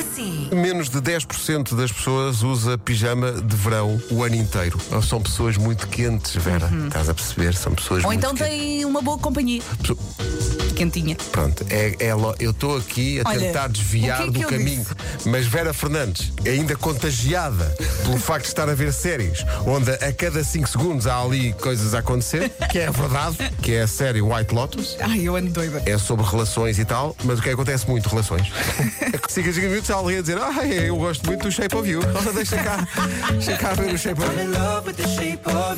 assim? Menos de 10% das pessoas usa pijama de verão o ano inteiro. São pessoas muito quentes, Vera. Estás a perceber? São pessoas Uhum. Ou muito então quentes. tem uma boa companhia. Pessoa- Quentinha. Pronto, é, é lo- eu estou aqui a Olha, tentar o desviar que é que do eu caminho. Mas Vera Fernandes, é ainda contagiada pelo facto de estar a ver séries, onde a cada 5 segundos há ali coisas a acontecer, que é verdade, que é a série White Lotus. Ai, eu ando doida. É sobre relações e tal, mas o que acontece muito, relações. É que sigas minutos há alguém a dizer, ah, eu gosto muito do Shape of You. Ora, deixa cá, deixa cá ver o Shape of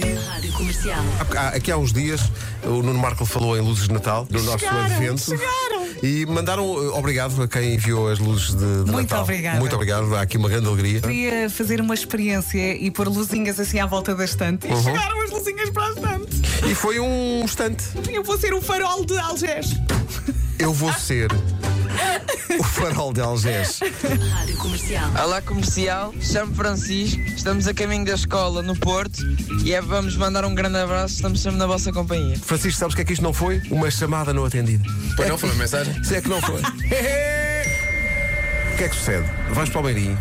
You. Rádio Comercial. Há- Aqui há uns dias, o Nuno Marco falou em luzes de Natal, no nosso Chegaram, advento. chegaram. E mandaram eh, obrigado a quem enviou as luzes de, de Natal. obrigada. Muito obrigado, há aqui uma grande alegria. Queria fazer uma experiência e pôr luzinhas assim à volta da estante. E chegaram as luzinhas para a estante. E foi um instante. Eu vou ser o farol de Algés. Eu vou ser o farol de Algés. Rádio Comercial. Olá comercial, chamo Francisco, estamos a caminho da escola no Porto e é, vamos mandar um grande abraço, estamos sempre na vossa companhia. Francisco, sabes o que é que isto não foi? Uma chamada não atendida. Pois não, foi uma mensagem. Se é que não foi. o que é que sucede? Vais para o Beirinho,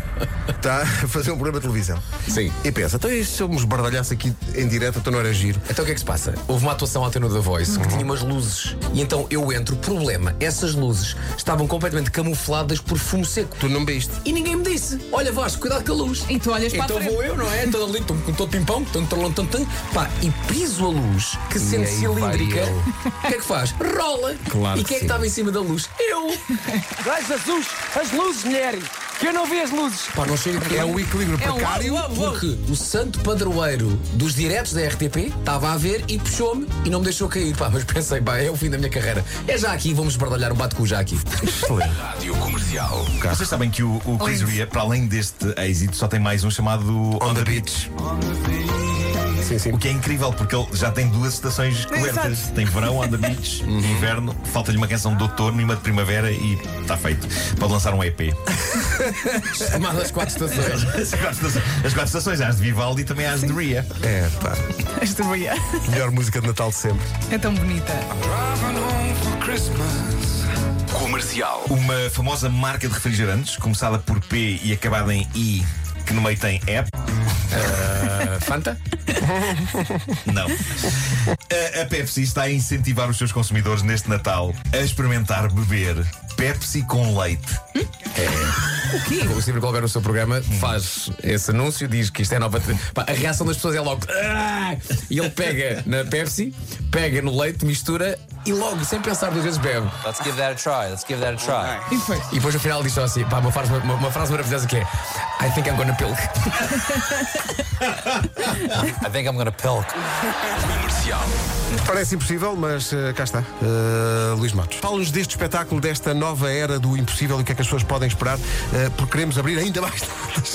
tá? A fazer um programa de televisão. Sim. E pensa, então e se eu me esbardalhasse aqui em direto, então não era giro. Então o que é que se passa? Houve uma atuação ontem no The Voice Uhum. que tinha umas luzes. E então eu entro, problema, essas luzes estavam completamente camufladas por fumo seco. Tu não me viste. E ninguém me disse: Olha Vasco, cuidado com a luz. E tu olhas para a Então frente. vou eu, não é? Todo ali, tum, com todo pimpão, tum, tum, tum, tum, pá, e piso a luz que sendo aí cilíndrica. vai eu. O que é que faz? Rola! Claro e que quem é que sim. estava em cima da luz? Eu! Traz as luzes, as luzes, mulheres! Que eu não vi as luzes! Pá, não chega É um equilíbrio É um precário. uau, uau, uau. Porque o santo padroeiro dos diretos da RTP estava a ver e puxou-me e não me deixou cair. Pá, mas pensei, pá, é o fim da minha carreira. É já aqui, vamos bardalhar um bate-cu já aqui. Vocês sabem que o, o Chris Rea, para além deste êxito, só tem mais um chamado On, the, Beach. Sim, sim. O que é incrível, porque ele já tem duas estações cobertas. Tem verão, On the Beach, inverno, falta-lhe uma canção de outono e uma de primavera e está feito. Pode lançar um EP. Chamado às quatro estações. As quatro estações, as quatro estações, às de Vivaldi e também às de Ria. É, pá. Esta manhã. Melhor música de Natal de sempre. É tão bonita. Uma famosa marca de refrigerantes, começada por P e acabada em I, que no meio tem app. Fanta? Não. A, a Pepsi está a incentivar os seus consumidores neste Natal a experimentar beber Pepsi com leite. Como sempre que houver no seu programa, faz esse anúncio, diz que isto é nova. te- Pá, a reação das pessoas é logo. "Ah!" E ele pega na Pepsi, pega no leite, mistura e logo, sem pensar duas vezes, bebe. Let's give that a try. Let's give that a try. E depois? E depois no final diz só assim: pá, uma frase, uma, uma frase maravilhosa que é I think I'm gonna pilk. I think I'm going to pilk. Parece impossível, mas eh, cá está. Eh, Luís Matos. Fala-nos deste espetáculo, desta nova era do impossível e o que é que as pessoas podem esperar, eh, porque queremos abrir ainda mais datas,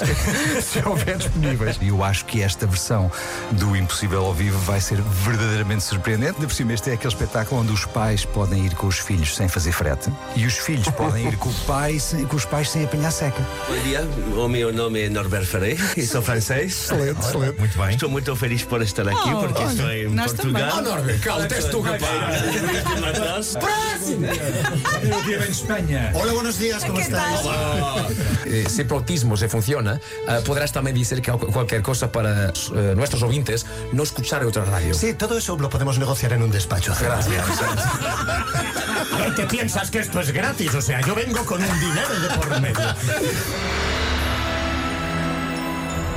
se houver disponíveis. E eu acho que esta versão do Impossível ao Vivo vai ser verdadeiramente surpreendente. De por cima, este é aquele espetáculo onde os pais podem ir com os filhos sem fazer frete e os filhos podem ir com, o pai sem- com os pais sem apanhar seca. Bom dia, o meu nome é Norbert Ferreira e sou francês. Excelente, excelente. Muito bem. Estou muito feliz por estar aqui Oh, porque olha, estou em nós Ah, Portugal. Norber, calma, teste tu, rapaz. Olá, buenos dias, como estás? Eh, se prontismo se funciona, ah, podrás também dizer que al- qualquer cosa para eh, nuestros oyentes no escuchar otra radio. Sí, todo eso lo podemos negociar en un despacho. Gracias. ¿Te piensas que esto es gratis? O sea, yo vengo con un dinero de por medio.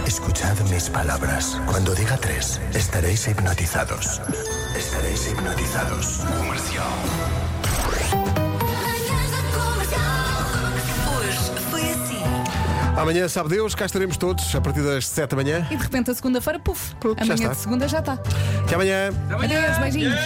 Escuchad mis palabras. Cuando diga tres, estaréis hipnotizados. Estaréis hipnotizados. Hoje foi assim. Amanhã, sabe Deus, cá estaremos todos a partir das 7 da manhã. E de repente a segunda-feira, puf. Pronto, já Amanhã está. de segunda já está. Até amanhã. Adeus, beijinhos.